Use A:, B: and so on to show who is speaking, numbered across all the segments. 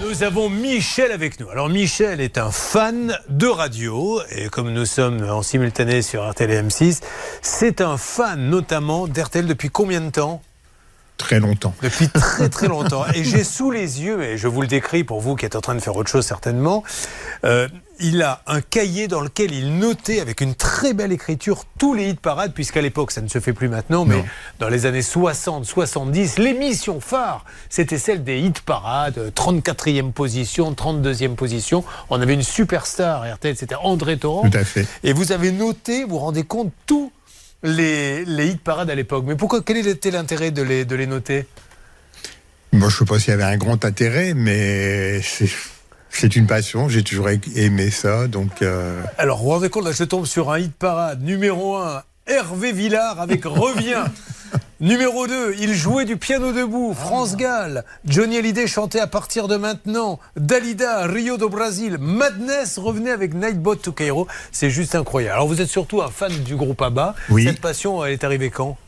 A: Nous avons Michel avec nous. Alors Michel est un fan de radio et comme nous sommes en simultané sur RTL et M6, c'est un fan notamment d'RTL depuis combien de temps
B: Très longtemps.
A: Depuis très très longtemps. Et j'ai sous les yeux, et je vous le décris pour vous qui êtes en train de faire autre chose certainement, euh, il a un cahier dans lequel il notait avec une très belle écriture tous les hits parades, puisqu'à l'époque, ça ne se fait plus maintenant, mais
B: Non.
A: dans les années 60, 70, l'émission phare, c'était celle des hits parades, euh, 34e position, 32e position. On avait une superstar à RTL, c'était André Torrent.
B: Tout à fait.
A: Et vous avez noté, vous vous rendez compte, tous les, les hits parades à l'époque. Mais pourquoi, quel était l'intérêt de les, de les noter
B: Moi, je ne sais pas s'il y avait un grand intérêt, mais c'est- c'est une passion. J'ai toujours aimé ça. Donc, euh,
A: Alors, vous vous rendez compte, là, je tombe sur un hit parade. Numéro 1, Hervé Villard avec Reviens. Numéro 2, il jouait du piano debout,
B: Ah,
A: France Gall. Johnny Hallyday chantait à partir de maintenant. Dalida, Rio do Brasil. Madness revenait avec Nightbot to Cairo. C'est juste incroyable. Alors, vous êtes surtout un fan du groupe ABBA.
B: Oui.
A: Cette passion, elle est arrivée quand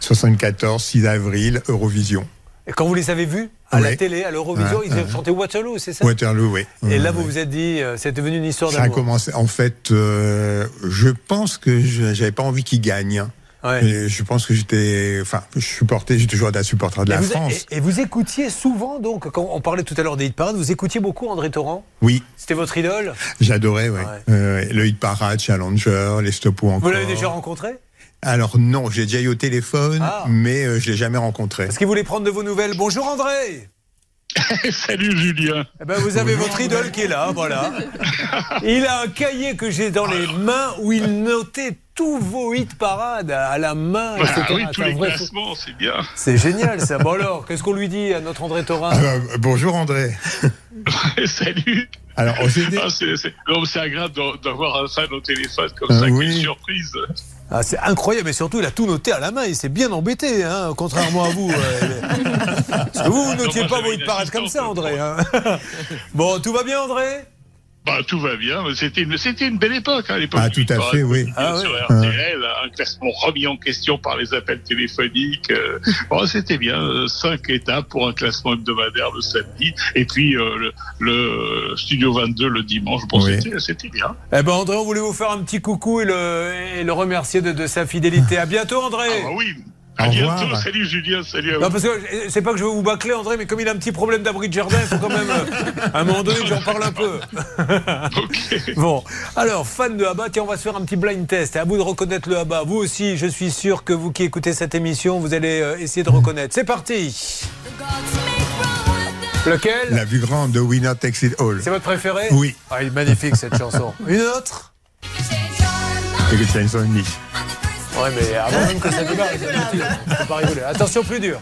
B: 74, 6 avril, Eurovision.
A: Et quand vous les avez vus à la
B: Oui.
A: télé, à l'Eurovision,
B: Ouais,
A: ils avaient chanté Waterloo, c'est ça
B: Waterloo, oui.
A: Et là,
B: Ouais,
A: vous
B: ouais.
A: vous êtes dit, euh, c'est devenu une histoire
B: Ça a
A: d'amour.
B: commencé. En fait, euh, je pense que je n'avais pas envie qu'il gagne. hein.
A: Ouais.
B: Et Je pense que j'étais. Enfin, je supportais, j'ai toujours été un supporter de
A: et,
B: la
A: vous,
B: France.
A: et- et vous écoutiez souvent, donc, quand on parlait tout à l'heure des hit parades, vous écoutiez beaucoup André Torrent
B: Oui,
A: C'était votre idole
B: j'adorais, oui.
A: Ouais.
B: Euh, le hit parade, Challenger, les stopos encore.
A: Vous l'avez déjà rencontré
B: Alors, non, j'ai déjà eu au téléphone,
A: Ah.
B: mais euh, je ne l'ai jamais rencontré.
A: Parce qu'il voulait prendre de vos nouvelles. Bonjour André
C: Salut Julien.
A: eh ben, Vous avez votre idole qui est là, voilà. Il a un cahier que j'ai dans
C: Ah.
A: les mains où il notait tous vos hit parades à la main, etc.
C: Ah oui,
A: C'est
C: tous
A: un
C: les
A: vrai fou.
C: classements, c'est bien.
A: C'est génial ça. Bon alors, qu'est-ce qu'on lui dit à notre André Torrent
B: Ah bah, bonjour André.
C: Salut.
B: Alors, on s'est dit-
C: Ah, c'est- c'est non, c'est agréable d'en- d'avoir un fan au téléphone comme
B: Ah
C: ça,
B: oui.
C: quelle surprise.
A: Ah, c'est incroyable, mais surtout, il a tout noté à la main. Il s'est bien embêté, hein, contrairement à vous. euh, Parce que vous, vous notiez
C: moi,
A: pas
C: j'avais
A: vos
C: une
A: hit parades comme ça,
C: assistante,
A: André. hein. bon, tout va bien, André
C: Bah, tout va bien. C'était une, c'était une belle époque, hein, l'époque.
B: Ah,
C: du
B: tout à
C: Victoire
B: fait, oui.
C: Radio
A: Ah,
C: sur
A: ouais.
C: RTL, un classement remis en question par les appels téléphoniques. euh, bon, c'était bien. euh, Cinq étapes pour un classement hebdomadaire le samedi. Et puis, euh, le, le Studio 22 le dimanche. Bon,
B: Oui.
C: c'était- c'était bien.
A: Eh ben, André, on voulait vous faire un petit coucou et le, et le remercier de, de sa fidélité. À bientôt, André
C: Ah, bah oui. À
B: Au
C: bientôt.
B: revoir.
C: Salut Julien. Salut à vous.
A: Non, parce que euh, c'est pas que je veux vous bâcler, André, mais comme il a un petit problème d'abri de jardin, il faut quand même, euh, à un moment donné, que j'en parle un peu.
C: Ok.
A: Bon, alors, fan de Abba, tiens, on va se faire un petit blind test. À vous de reconnaître le Abba. Vous aussi, je suis sûr que vous qui écoutez cette émission, vous allez euh, essayer de reconnaître. C'est parti Lequel
B: la vue grande de Winner Takes It All.
A: C'est votre préféré
B: Oui.
A: Ah, il est magnifique cette chanson. Une autre
B: C'est que James Only.
A: Ouais, mais avant
B: Ah,
A: même que ça démarre, il faut rigoler. Faut pas rigoler. Attention, plus dur.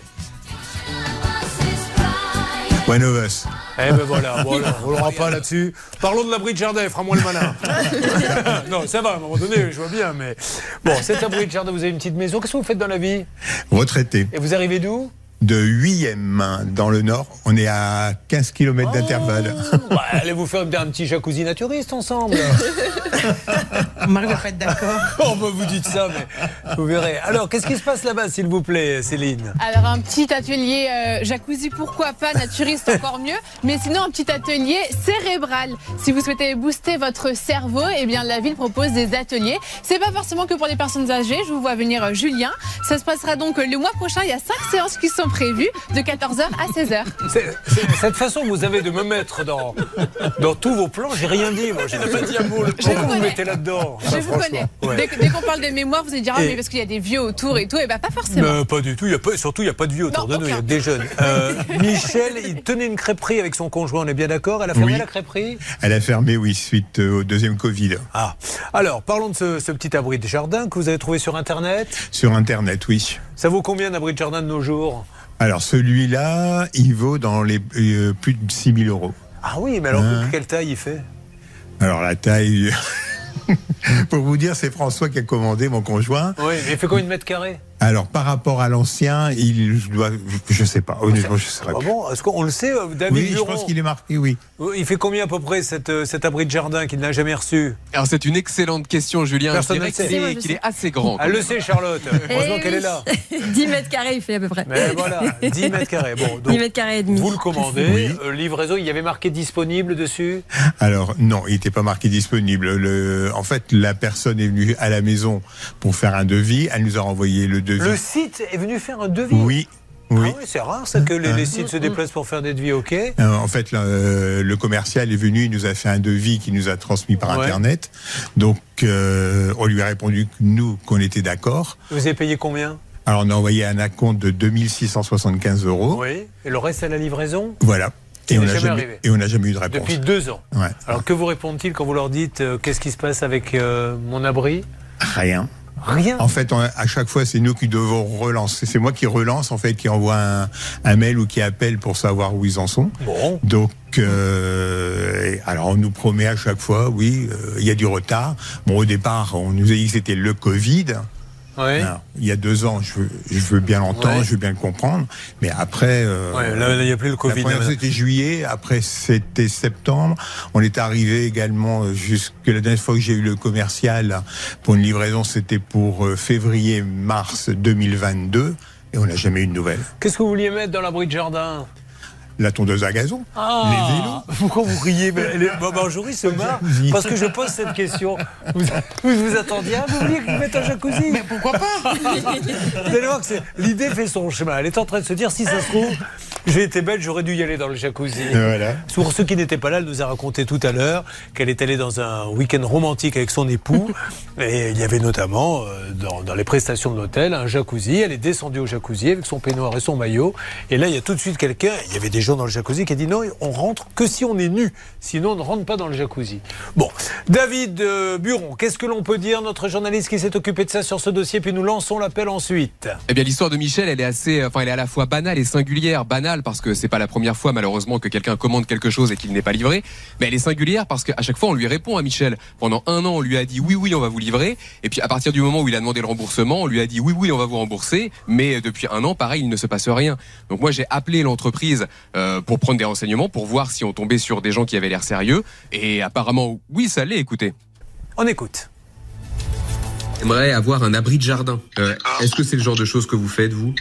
B: One of Us.
A: Eh ben voilà, voilà on l'aura pas là-dessus. Parlons de l'abri de jardin, fera-moi le malin. non, ça va, à un moment donné, je vois bien, mais. Bon, cet abri de jardin, vous avez une petite maison. Qu'est-ce que vous faites dans la vie
B: Retraité.
A: Et vous arrivez d'où
B: De 8e dans le Nord, on est à 15 km d'intervalle.
A: Bah, allez vous faire un petit jacuzzi naturiste ensemble.
D: Marc va pas être d'accord.
A: oh, bah, vous dites ça, mais vous verrez. Alors, qu'est-ce qui se passe là-bas, s'il vous plaît, Céline
E: Alors un petit atelier euh, jacuzzi, pourquoi pas, naturiste encore mieux, mais sinon un petit atelier cérébral. Si vous souhaitez booster votre cerveau, eh bien la ville propose des ateliers. C'est pas forcément que pour les personnes âgées, je vous vois venir euh, Julien. Ça se passera donc euh, le mois prochain, il y a cinq séances qui sont prévues de 14h à 16h.
A: C'est- c'est- Cette façon que vous avez de me mettre dans, dans tous vos plans, j'ai rien dit. Moi, j'ai pas dit un mot.
E: Je vous
A: vous
E: connais.
A: mettez là-dedans.
E: Je vous connais. Dès, que- dès qu'on parle de mémoire, vous allez dire ah,
A: Et-
E: mais parce qu'il y a des vieux autour et tout, et bah pas forcément.
A: Mais pas du tout, il y a pas, surtout il n'y a pas de vieux autour
E: Non,
A: de nous, il y a
E: aucun.
A: des jeunes. Euh, Michel, il tenait une crêperie avec son conjoint, on est bien d'accord Elle a fermé
B: Oui.
A: la crêperie
B: Elle a fermé, oui, suite euh, au deuxième Covid.
A: Ah, alors parlons de ce, ce petit abri de jardin que vous avez trouvé sur Internet.
B: Sur Internet, oui.
A: Ça vaut combien un abri de jardin de nos jours
B: Alors celui-là, il vaut dans les euh, plus de 6 000 euros.
A: Ah oui, mais alors
B: Hein
A: quelle taille il fait
B: Alors la taille, Pour vous dire, c'est François qui a commandé mon conjoint.
A: Oui, mais il fait combien de mètres carrés
B: Alors, par rapport à l'ancien, il doit. Je sais pas. Honnêtement, je ne saurais
A: Ah
B: plus.
A: bon Est-ce qu'on le sait, euh, David
B: Oui, je
A: Buron
B: pense qu'il est marqué, oui.
A: Il fait combien à peu près cette, euh, cet abri de jardin qu'il n'a jamais reçu
F: Alors c'est une excellente question, Julien.
A: Personne
F: je
A: ne le
F: dirais
A: sait.
F: qu'il
G: Si, moi,
F: est,
G: je
F: qu'il
G: sais.
F: est assez grand.
A: Elle Ah, le sait, Charlotte. Heureusement
G: Eh
A: qu'elle
G: oui.
A: est là.
G: 10 mètres carrés, il fait à peu près.
A: Mais voilà, 10 mètres carrés. Bon,
G: 10
A: donc,
G: mètres carrés et demi.
A: vous le commandez.
B: Oui.
A: euh, livraison, il y avait marqué disponible dessus.
B: Alors non, il n'était pas marqué disponible. Le, en fait, la personne est venue à la maison pour faire un devis. Elle nous a renvoyé le devis.
A: Le site est venu faire un devis.
B: Oui, oui. Hein
A: Ah oui, c'est rare ça que les, les sites se
G: Mm, mm.
A: déplacent pour faire des devis, ok.
B: Euh, En fait, le, le commercial est venu, il nous a fait un devis qu'il nous a transmis par
A: Ouais.
B: Internet. Donc, euh, on lui a répondu que nous, qu'on était d'accord.
A: Vous avez payé combien
B: Alors, on a envoyé un acompte de 2675 euros.
A: Oui. Et le reste à la livraison
B: Voilà.
A: Qui
B: Et on
A: n'est
B: n'a
A: jamais
B: jamais,
A: arrivé.
B: et on n'a jamais eu de réponse.
A: Depuis deux ans.
B: Ouais.
A: Alors que vous répondent-ils quand vous leur dites euh, qu'est-ce qui se passe avec euh, mon abri
B: Rien.
A: Rien.
B: En fait, on- à chaque fois, c'est nous qui devons relancer. C'est moi qui relance, en fait, qui envoie un, un mail ou qui appelle pour savoir où ils en sont.
A: Bon.
B: Donc, euh, et alors on nous promet à chaque fois, oui, euh, il y a du retard. Bon, au départ, on nous a dit que c'était le Covid.
A: Ouais.
B: Alors, il y a deux ans, je veux, je veux bien l'entendre,
A: Ouais.
B: je veux bien le comprendre. Mais après, euh,
A: Ouais, là, là, il n'y a plus le
B: la
A: Covid.
B: première,
A: là,
B: c'était juillet, après c'était septembre. On est arrivé également euh, jusque la dernière fois que j'ai eu le commercial pour une livraison, c'était pour euh, février-mars 2022. Et on n'a jamais eu de nouvelles.
A: Qu'est-ce que vous vouliez mettre dans l'abri de jardin Ah.
B: La tondeuse à gazon. Les vélos.
A: Pourquoi vous riez Mais les- ben, Bob Arjouri se marre parce que je pose cette question. Vous vous, vous attendiez à vous vouliez que vous mettez un jacuzzi Mais pourquoi pas Vous allez voir que c'est- l'idée fait son chemin. Elle est en train de se dire si ça se trouve, j'ai été belle, j'aurais dû y aller dans le jacuzzi.
B: Et Euh, voilà.
A: Pour ceux qui n'étaient pas là, elle nous a raconté tout à l'heure qu'elle est allée dans un week-end romantique avec son époux. Et il y avait notamment, euh, dans, dans les prestations de l'hôtel, un jacuzzi. Elle est descendue au jacuzzi avec son peignoir et son maillot. Et là, il y a tout de suite quelqu'un, il y avait des gens dans le jacuzzi qui a dit non, on rentre que si on est nu. Sinon, on ne rentre pas dans le jacuzzi. Bon, David euh, Buron, qu'est-ce que l'on peut dire, notre journaliste qui s'est occupé de ça sur ce dossier, puis nous lançons l'appel ensuite.
F: Eh bien, l'histoire de Michel, elle est assez, enfin, elle est à la fois banale et singulière. Banale parce que c'est pas la première fois, malheureusement, que quelqu'un commande quelque chose et qu'il n'est pas livré. Mais elle est singulière parce qu'à chaque fois, on lui répond à Michel. Pendant un an, on lui a dit oui, oui, on va vous livrer. Et puis, à partir du moment où il a demandé le remboursement, on lui a dit oui, oui, on va vous rembourser. Mais euh, depuis un an, pareil, il ne se passe rien. Donc, moi, j'ai appelé l'entreprise euh, pour prendre des renseignements, pour voir si on tombait sur des gens qui avaient l'air sérieux. Et apparemment, oui, ça l'est. Écoutez.
A: On écoute.
F: J'aimerais avoir un abri de jardin. Ah. Est-ce que c'est le genre de choses que vous faites, vous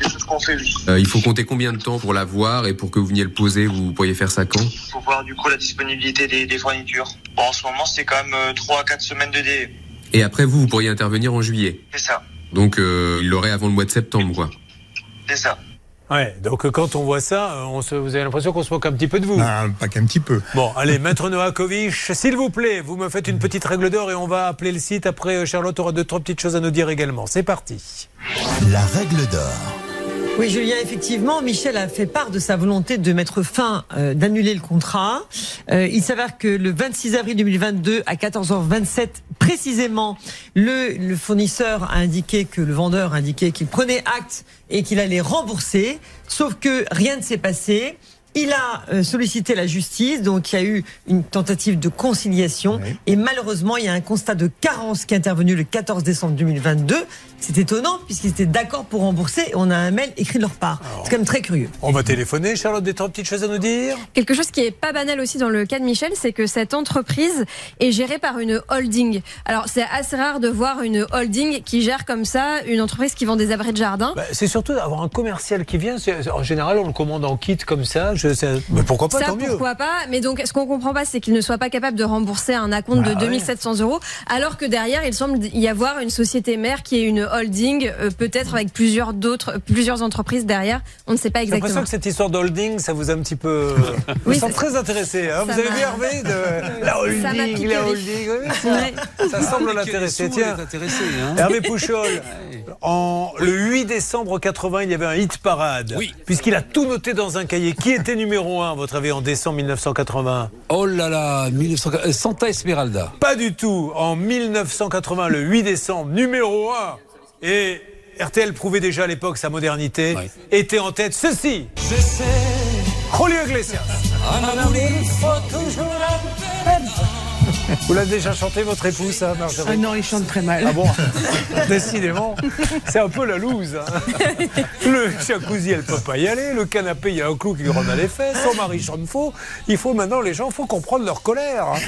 H: des choses qu'on fait, oui.
F: Euh, il faut compter combien de temps pour l'avoir et pour que vous veniez le poser Vous pourriez faire ça quand
H: Faut voir du coup la disponibilité des, des fournitures. Bon, en ce moment, c'est quand même 3 à 4 semaines de délai.
F: Et après, vous, vous pourriez intervenir en juillet.
H: C'est ça,
F: Donc, euh, il l'aurait avant le mois de septembre, quoi.
H: c'est ça.
A: Ouais, donc euh, quand on voit ça, euh, on se- vous avez l'impression qu'on se moque un petit peu de vous.
B: Ben, pas qu'un petit peu.
A: Bon, allez, Maître Novakovic, s'il vous plaît, vous me faites une petite règle d'or et on va appeler le site. Après, euh, Charlotte aura deux, trois petites choses à nous dire également. C'est parti.
I: La règle d'or.
J: Oui, Julien, effectivement, Michel a fait part de sa volonté de mettre fin, euh, d'annuler le contrat. Euh, il s'avère que le 26 avril 2022, à 14h27 précisément, le, le fournisseur a indiqué que le vendeur a indiqué qu'il prenait acte et qu'il allait rembourser. Sauf que rien ne s'est passé. Il a euh, sollicité la justice, donc il y a eu une tentative de conciliation.
B: Oui.
J: Et malheureusement, il y a un constat de carence qui est intervenu le 14 décembre 2022. C'est étonnant puisqu'ils étaient d'accord pour rembourser et on a un mail écrit de leur part. C'est quand même très curieux.
A: On va téléphoner. Charlotte, des trois petites choses à nous dire
G: Quelque chose qui est pas banal aussi dans le cas de Michel, c'est que cette entreprise est gérée par une holding. Alors c'est assez rare de voir une holding qui gère comme ça une entreprise qui vend des abris de jardin.
A: Bah, C'est surtout avoir un commercial qui vient. c'est- En général, on le commande en kit comme ça. Je, sais- mais pourquoi pas,
G: ça,
A: tant mieux.
G: pourquoi pas Mais donc, ce qu'on comprend pas, c'est qu'il ne soit pas capable de rembourser un acompte de
A: Bah ouais.
G: 2700 euros, alors que derrière, il semble y avoir une société mère qui est une holding, euh, peut-être avec plusieurs d'autres, plusieurs entreprises derrière. On ne sait pas
A: J'ai l'impression
G: exactement.
A: que cette histoire d'holding, ça vous a un petit peu. Vous
G: Oui,
A: sent
G: ça-
A: très intéressé. hein. vous
G: ça
A: avez
G: m'a-
A: vu Hervé de... La
G: Ça m'a
A: holding,
G: piqué
A: la
G: les-
A: holding. oui,
G: Ouais.
A: ça- Ah, ça semble l'intéresser. Tiens,
K: hein.
A: Hervé Pouchol, en, le 8 décembre 80, il y avait un hit parade.
K: Oui.
A: Puisqu'il a tout noté dans un cahier. Qui était numéro 1, à votre avis, en décembre 1980
K: Oh là là, 1900 euh, Santa Esmeralda.
A: Pas du tout. En 1980, le 8 décembre, numéro 1. Et RTL prouvait déjà à l'époque sa modernité.
K: Ouais.
A: Était en tête ceci. Julio Iglesias. Vous l'avez déjà chanté, votre épouse, ça, Marjorie
D: Ah non, il chante très mal.
A: Ah bon Décidément, c'est un peu la loose. hein. Le jacuzzi, elle peut pas y aller. Le canapé, il y a un clou qui gronde à les fesses. Son mari chante faux. Il faut maintenant, les gens, faut comprendre leur colère. hein.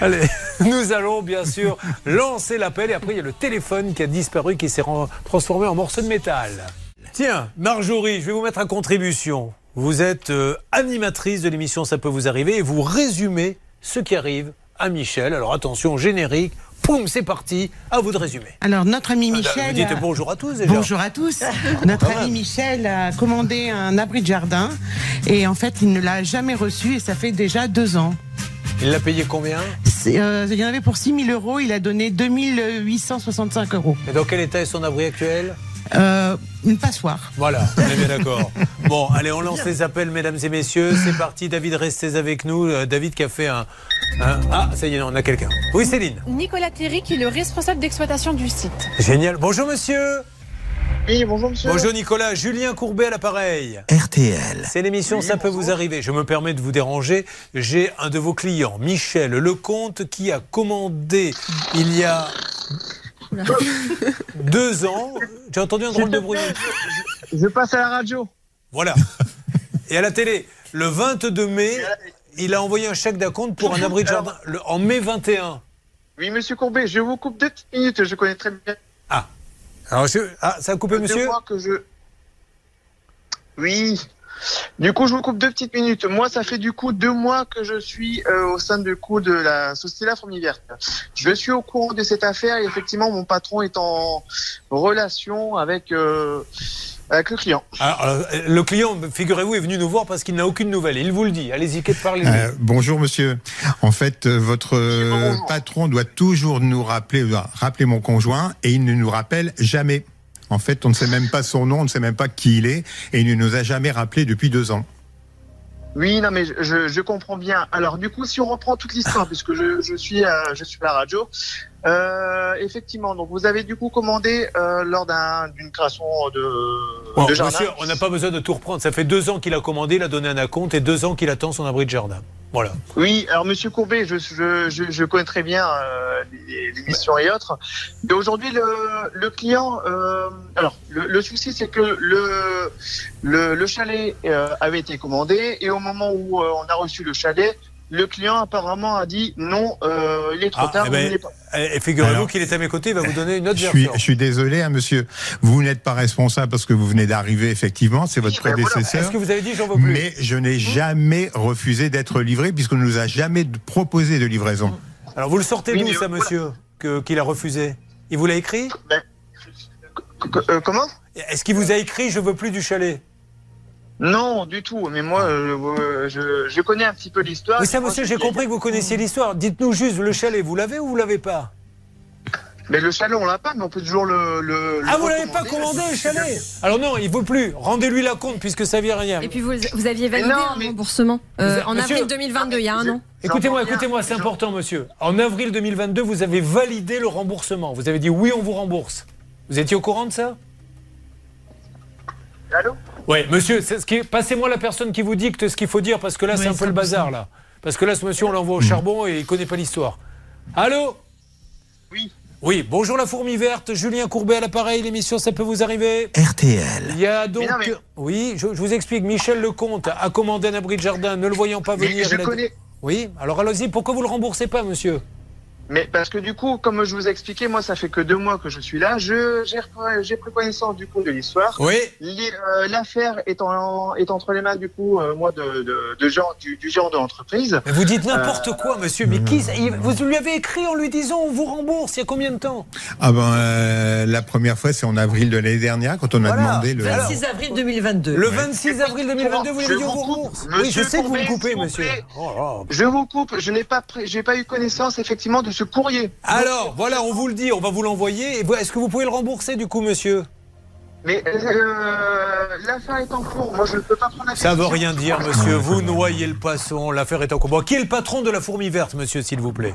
A: Allez, nous allons bien sûr lancer l'appel. Et après, il y a le téléphone qui a disparu, qui s'est ren- transformé en morceau de métal. Tiens, Marjorie, je vais vous mettre à contribution. Vous êtes euh, animatrice de l'émission Ça peut vous arriver et vous résumez ce qui arrive à Michel. Alors attention, générique, poum, c'est parti, à vous de résumer.
D: Alors, notre ami
A: Ah, bah, Vous
D: Michel.
A: dites Ah
D: euh,
A: bonjour à tous déjà.
D: Bonjour à tous. Notre ami Michel a commandé un abri de jardin et en fait, il ne l'a jamais reçu et ça fait déjà deux ans.
A: Il l'a payé combien
D: C'est, euh, il y en avait pour 6 000 euros, il a donné 2 865 euros.
A: Et dans quel état est son abri actuel
D: Euh, une passoire.
A: Voilà, on est bien d'accord. Bon, allez, on lance les appels, mesdames et messieurs. C'est parti, David, restez avec nous. Euh, David qui a fait un... un- Ah, ça y est, on a quelqu'un. Oui, Céline.
E: Nicolas Cléry, qui est le responsable d'exploitation du site.
A: Génial. Bonjour, monsieur.
L: Oui, bonjour monsieur.
A: Bonjour, Nicolas. Julien Courbet à l'appareil.
I: RTL.
A: C'est l'émission Ça peut vous arriver. Je me permets de vous déranger. J'ai un de vos clients, Michel Lecomte, qui a commandé il y a deux ans. J'ai entendu un drôle de bruit.
L: Je passe à la radio.
A: Voilà. Et à la télé, le 22 mai, il a envoyé un chèque d'acompte pour un abri de jardin le- en mai 21.
L: Oui, monsieur Courbet, je vous coupe deux petites minutes, je connais très bien.
A: Alors, je- ah, ça a coupé,
L: le
A: monsieur
L: devoir que je... Oui. Du coup, je vous coupe deux petites minutes. Moi, ça fait du coup deux mois que je suis euh, au sein du coup de la société La Fourmi Verte. Je suis au courant de cette affaire et effectivement, mon patron est en relation avec, euh, avec le client.
A: Alors, euh, Le client, figurez-vous, est venu nous voir parce qu'il n'a aucune nouvelle. Il vous le dit. Allez-y, parlez
B: Euh, bonjour monsieur. En fait, euh, votre euh, patron doit toujours nous rappeler, doit rappeler mon conjoint, et il ne nous rappelle jamais. En fait, on ne sait même pas son nom, on ne sait même pas qui il est, et il ne nous a jamais rappelé depuis deux ans.
L: Oui, non, mais je- je, je comprends bien. Alors, du coup, si on reprend toute l'histoire, puisque je, je suis euh, je suis à la radio, euh, effectivement, donc vous avez du coup commandé euh, lors d'un- d'une création de,
A: Bon,
L: de jardin.
A: monsieur, on n'a pas besoin de tout reprendre. Ça fait deux ans qu'il a commandé, il a donné un acompte et deux ans qu'il attend son abri de jardin. Voilà.
L: Oui, alors Monsieur Courbet, je, je, je, je connais très bien euh, les- l'émission et autres. Mais aujourd'hui, le, le client, euh, alors le, le souci, c'est que le, le, le chalet euh, avait été commandé et au moment où euh, on a reçu le chalet, le client apparemment a dit non, euh, il est trop
A: Ah,
L: tard,
A: eh
L: vous
A: ben,
L: ne l'avez pas.
A: Et, et figurez-vous
B: Alors-
A: qu'il est à mes côtés, il va vous donner une autre
B: Je suis,
A: version.
B: je suis désolé, hein, monsieur. Vous n'êtes pas responsable parce que vous venez d'arriver, effectivement. C'est votre
A: ben voilà.
B: prédécesseur.
A: Est-ce que vous Mmh. avez dit, j'en veux plus
B: Mais je n'ai jamais refusé d'être livré puisqu'on ne nous a jamais de- proposé de livraison.
A: Alors, vous le sortez
B: Oui,
A: d'où,
B: mais
A: ça, monsieur, que- qu'il a refusé Il vous l'a écrit
L: euh, Comment
A: Est-ce qu'il vous a écrit Je veux plus du chalet
L: Non, du tout. Mais moi, euh, je, je connais un petit peu l'histoire.
A: Ah.
B: Ah,
A: Oui, ça, monsieur, j'ai compris que vous connaissiez l'histoire. Dites-nous juste, le chalet, vous l'avez ou vous l'avez pas
L: Mais le chalet, on l'a pas, mais on peut toujours le. le-
A: Ah,
L: le
A: vous l'avez pas
L: recommander.
A: commandé, le chalet Alors, non, il veut plus. Rendez-lui la compte, puisque ça vient rien.
G: Et puis vous, vous aviez validé
L: Mais non,
G: un remboursement euh, en
A: Monsieur-
G: avril 2022,
L: Ah,
G: il y a un an.
A: Écoutez-moi, écoutez-moi, c'est important, monsieur. En avril 2022, vous avez validé le remboursement. Vous avez dit oui, on vous rembourse. Vous étiez au courant de ça
L: Allô
A: Oui, monsieur, c'est ce qui est- passez-moi la personne qui vous dicte ce qu'il faut dire, parce que là, c'est un peu le bazar, là. Parce que là, ce monsieur, on l'envoie au charbon et il connaît pas l'histoire. Allô
L: Oui.
A: Oui, bonjour la fourmi verte, Julien Courbet à l'appareil, l'émission, ça peut vous arriver
I: RTL.
A: il y a donc.
L: Mais non, mais-
A: Oui, je, je vous explique. Michel Lecomte a commandé un abri de jardin, ne le voyant pas
L: Mais
A: venir.
L: je
A: il a-
L: connais.
A: Oui, alors allons-y. Pourquoi vous le remboursez pas, monsieur
L: Mais parce que du coup, comme je vous ai expliqué, moi, ça fait que deux mois que je suis là. Je j'ai repris- j'ai pris connaissance du coup de l'histoire.
A: Oui.
L: Les- euh, L'affaire est, en- est entre les mains du coup, euh, moi, de, de, de genre, du, du genre de l'entreprise.
A: Mais Vous dites n'importe
L: Euh,
A: quoi, monsieur. Mais qui ça- il- Vous lui avez écrit en lui disant on vous rembourse. Il y a combien de temps
B: Ah ben, euh, la première fois, c'est en avril de l'année dernière quand on a
A: Voilà.
B: demandé le.
J: 26 avril 2022.
A: Le 26 avril 2022, vous lui
L: Je
A: avez dit on
L: vous
A: vous
L: coupe,
A: rembourse.
L: monsieur
A: Oui, je sais que vous me
L: Courbet,
A: coupez,
L: s'il vous
A: monsieur.
L: plaît.
A: Oh là là.
L: Je vous coupe. Je n'ai pas, pris- j'ai pas eu connaissance effectivement de ce courrier.
A: Alors, voilà, on vous le dit, on va vous l'envoyer. Et vous- Est-ce que vous pouvez le rembourser du coup, monsieur
L: Mais euh, l'affaire est en cours. Moi, je ne peux pas prendre la.
A: Ça veut
L: décision.
A: rien dire, monsieur. Vous noyez le poisson. L'affaire est en combat. Qui est le patron de la fourmi verte, monsieur, s'il vous plaît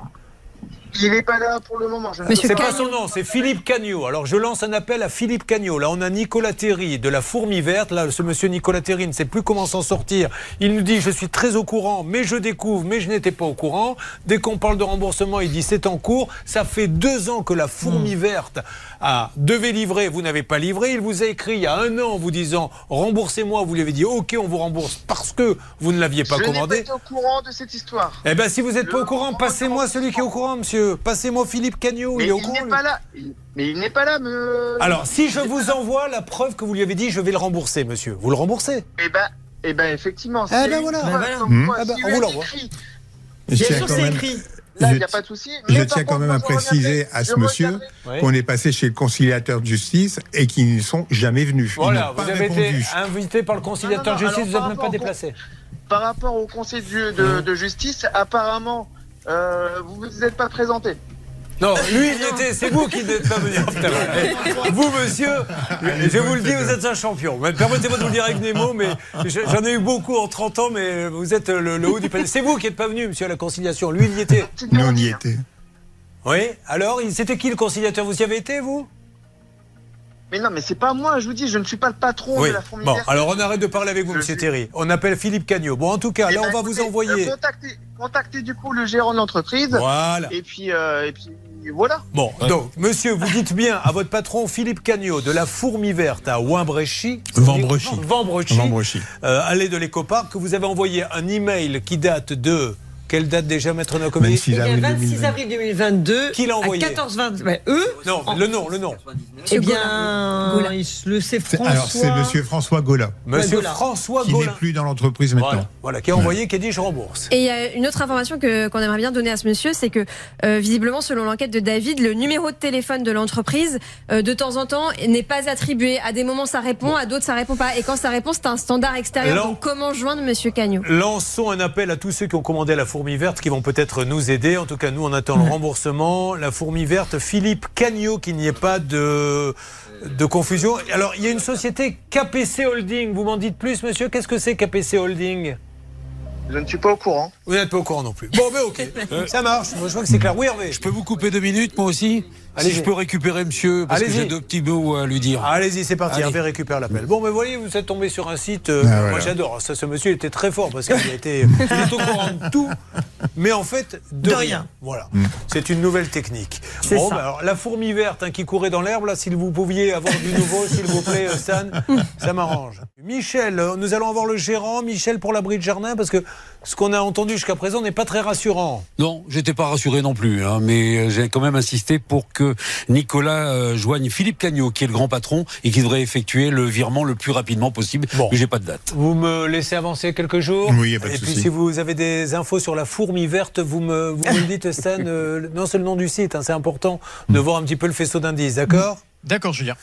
L: Il n'est pas là pour le moment. je ne
A: Ah, C'est
L: sais
A: pas son nom, c'est Philippe Cagnot. Alors je lance un appel à Philippe Cagnot. Là, on a Nicolas Terry de la Fourmi Verte. Là, ce monsieur Nicolas Terry ne sait plus comment s'en sortir. Il nous dit Je suis très au courant, mais je découvre, mais je n'étais pas au courant. Dès qu'on parle de remboursement, il dit C'est en cours. Ça fait deux ans que la Fourmi Verte a devait livrer, vous n'avez pas livré. Il vous a écrit il y a un an en vous disant Remboursez-moi. Vous lui avez dit Ok, on vous rembourse parce que vous ne l'aviez pas
L: je n'ai
A: commandé.
L: été au courant de cette histoire.
A: Eh bien, si vous n'êtes pas au courant, passez-moi celui qui est au courant, monsieur. Passez-moi Philippe Cagnot,
L: Mais
A: Oh, il est au
L: il
A: courant.
L: n'est
A: lui.
L: pas là. Il- Mais il n'est pas là, me-
A: Alors, si je vous envoie la preuve que vous lui avez dit, je vais le rembourser, monsieur. Vous le remboursez
L: Eh ben, eh ben effectivement.
A: Eh
L: s'il y
A: ben
L: a une
A: voilà.
L: preuve
A: Ben voilà.
L: comme quoi,
A: Hmm. Eh ben,
L: s'il
A: on
L: lui
A: vous
L: a
A: l'envoie.
L: écrit,
B: Je
L: Bien
B: tiens
L: sûr,
B: quand
L: c'est
B: même-
L: écrit. Là,
B: Je
L: il n'y a
B: ti-
L: pas de souci.
B: Je
L: Mais par
B: tiens quand
L: contre,
B: même à
L: quand je
B: préciser
L: regardais,
B: à ce
L: je
B: monsieur
L: regardais-
B: qu'on est passé chez le conciliateur de justice et qu'ils ne sont jamais venus. Ils
A: Voilà,
B: n'ont
A: vous
B: pas
A: avez
B: répondu.
A: été invité par le conciliateur
L: Non, non,
A: de
L: non,
A: justice,
L: alors,
A: vous
L: par
A: n'êtes même pas
L: rapport au-
A: déplacé.
L: Par rapport au conseil du-
B: Hmm.
L: de, de justice, apparemment, euh, vous ne vous êtes pas présenté.
A: Non, lui, il était, c'est vous qui n'êtes pas venu. Putain, ouais. vous, monsieur, je vous le dis, vous êtes un champion. Mais Permettez-moi de vous le dire avec des mots, mais je- j'en ai eu beaucoup en 30 ans, mais vous êtes le, le haut du panier. C'est vous qui n'êtes pas venu, monsieur, à la conciliation. Lui, il y était.
B: Nous, on
L: hein.
B: y était.
A: Oui, alors, il- c'était qui le conciliateur Vous y avez été, vous
L: Mais non, mais c'est pas moi, je vous dis, je ne suis pas le patron
A: Oui.
L: de la
A: Bon,
L: fourmilière.
A: alors on arrête de parler avec vous, monsieur Terry. On appelle Philippe Cagnot. Bon, en tout cas,
L: Eh
A: là,
L: ben,
A: on va vous
L: écoutez,
A: envoyer.
L: euh, Contactez, contactez du coup le gérant de l'entreprise.
A: Voilà.
L: Et puis, euh, et puis voilà.
A: Bon, donc, monsieur, vous dites bien à votre patron Philippe Cagnot de la Fourmi Verte à Wimbrechy,
B: Wambrechy.
A: Wambrechy,
B: Wambrechy.
A: euh, allée de l'Écoparc, que vous avez envoyé un email qui date de. Quelle date déjà, maître Nocomi
B: 26
J: Le 26 avril 2022,
A: Qui l'a envoyé
J: à 14h20, ouais, eux,
A: Non, le nom, le nom.
J: eh bien,
G: Gaulin.
J: ils le- c'est
B: C'est-
J: François.
B: Alors, c'est monsieur François Gola,
A: Monsieur
J: Golin.
A: François
B: qui n'est
A: Gaulin.
B: plus dans l'entreprise maintenant.
A: Voilà, voilà, qui a envoyé, qui a dit je rembourse.
G: Et il y a une autre information que- qu'on aimerait bien donner à ce monsieur, c'est que euh, visiblement, selon l'enquête de David, le numéro de téléphone de l'entreprise, euh, de temps en temps, n'est pas attribué. À des moments, ça répond, à d'autres, ça répond pas. Et quand ça répond, c'est un standard extérieur.
A: Alors-
G: Donc, comment joindre Monsieur Cagnot
A: Lançons un appel à tous ceux qui ont commandé à la fourmi verte qui vont peut-être nous aider. En tout cas, nous, on attend le remboursement. La fourmi verte, Philippe Cagnot, qu'il n'y ait pas de, de confusion. Alors, il y a une société KPC Holding. Vous m'en dites plus, monsieur Qu'est-ce que c'est KPC Holding
L: Je ne suis pas au courant.
A: Vous n'êtes pas au courant non plus. Bon, ben ok. Euh, Ça marche. Moi, je vois que c'est clair. Oui, Hervé.
K: Je peux vous couper deux minutes, moi aussi Si
A: Allez-y.
K: je peux récupérer monsieur, parce que
A: Allez-y.
K: j'ai deux petits mots à lui dire.
A: Allez-y, c'est parti.
K: Allez. Mm.
A: Hervé récupère l'appel. Bon, mais voyez, vous êtes tombé sur un site. euh,
B: Ah,
A: moi,
B: voilà.
A: j'adore. Ça, ce monsieur, il était très fort parce qu'il a été. Il est au courant de tout, mais en fait, de,
J: De
A: rien.
J: rien.
A: Voilà.
B: Mm.
A: C'est une nouvelle technique.
J: C'est ça.
A: bah, alors, la fourmi verte hein, qui courait dans l'herbe, là, si vous pouviez avoir du nouveau, s'il vous plaît, euh, Stan, ça m'arrange. Michel, euh, nous allons avoir le gérant, Michel, pour l'abri de jardin, parce que ce qu'on a entendu jusqu'à présent n'est pas très rassurant.
K: Non, j'étais pas rassuré non plus, hein, mais euh, j'ai quand même insisté pour que Nicolas euh, joigne Philippe Cagnot, qui est le grand patron, et qui devrait effectuer le virement le plus rapidement possible,
A: Bon.
K: mais j'ai pas de date.
A: Vous me laissez avancer quelques jours.
B: Oui, y a pas de
A: Et puis
B: souci.
A: si vous avez des infos sur la fourmi verte, vous me, vous me le dites, Stan. euh,
B: Mm.
A: non, c'est le nom du site. hein, c'est important de voir un petit peu le faisceau d'indices, d'accord
I: D'accord, Julien.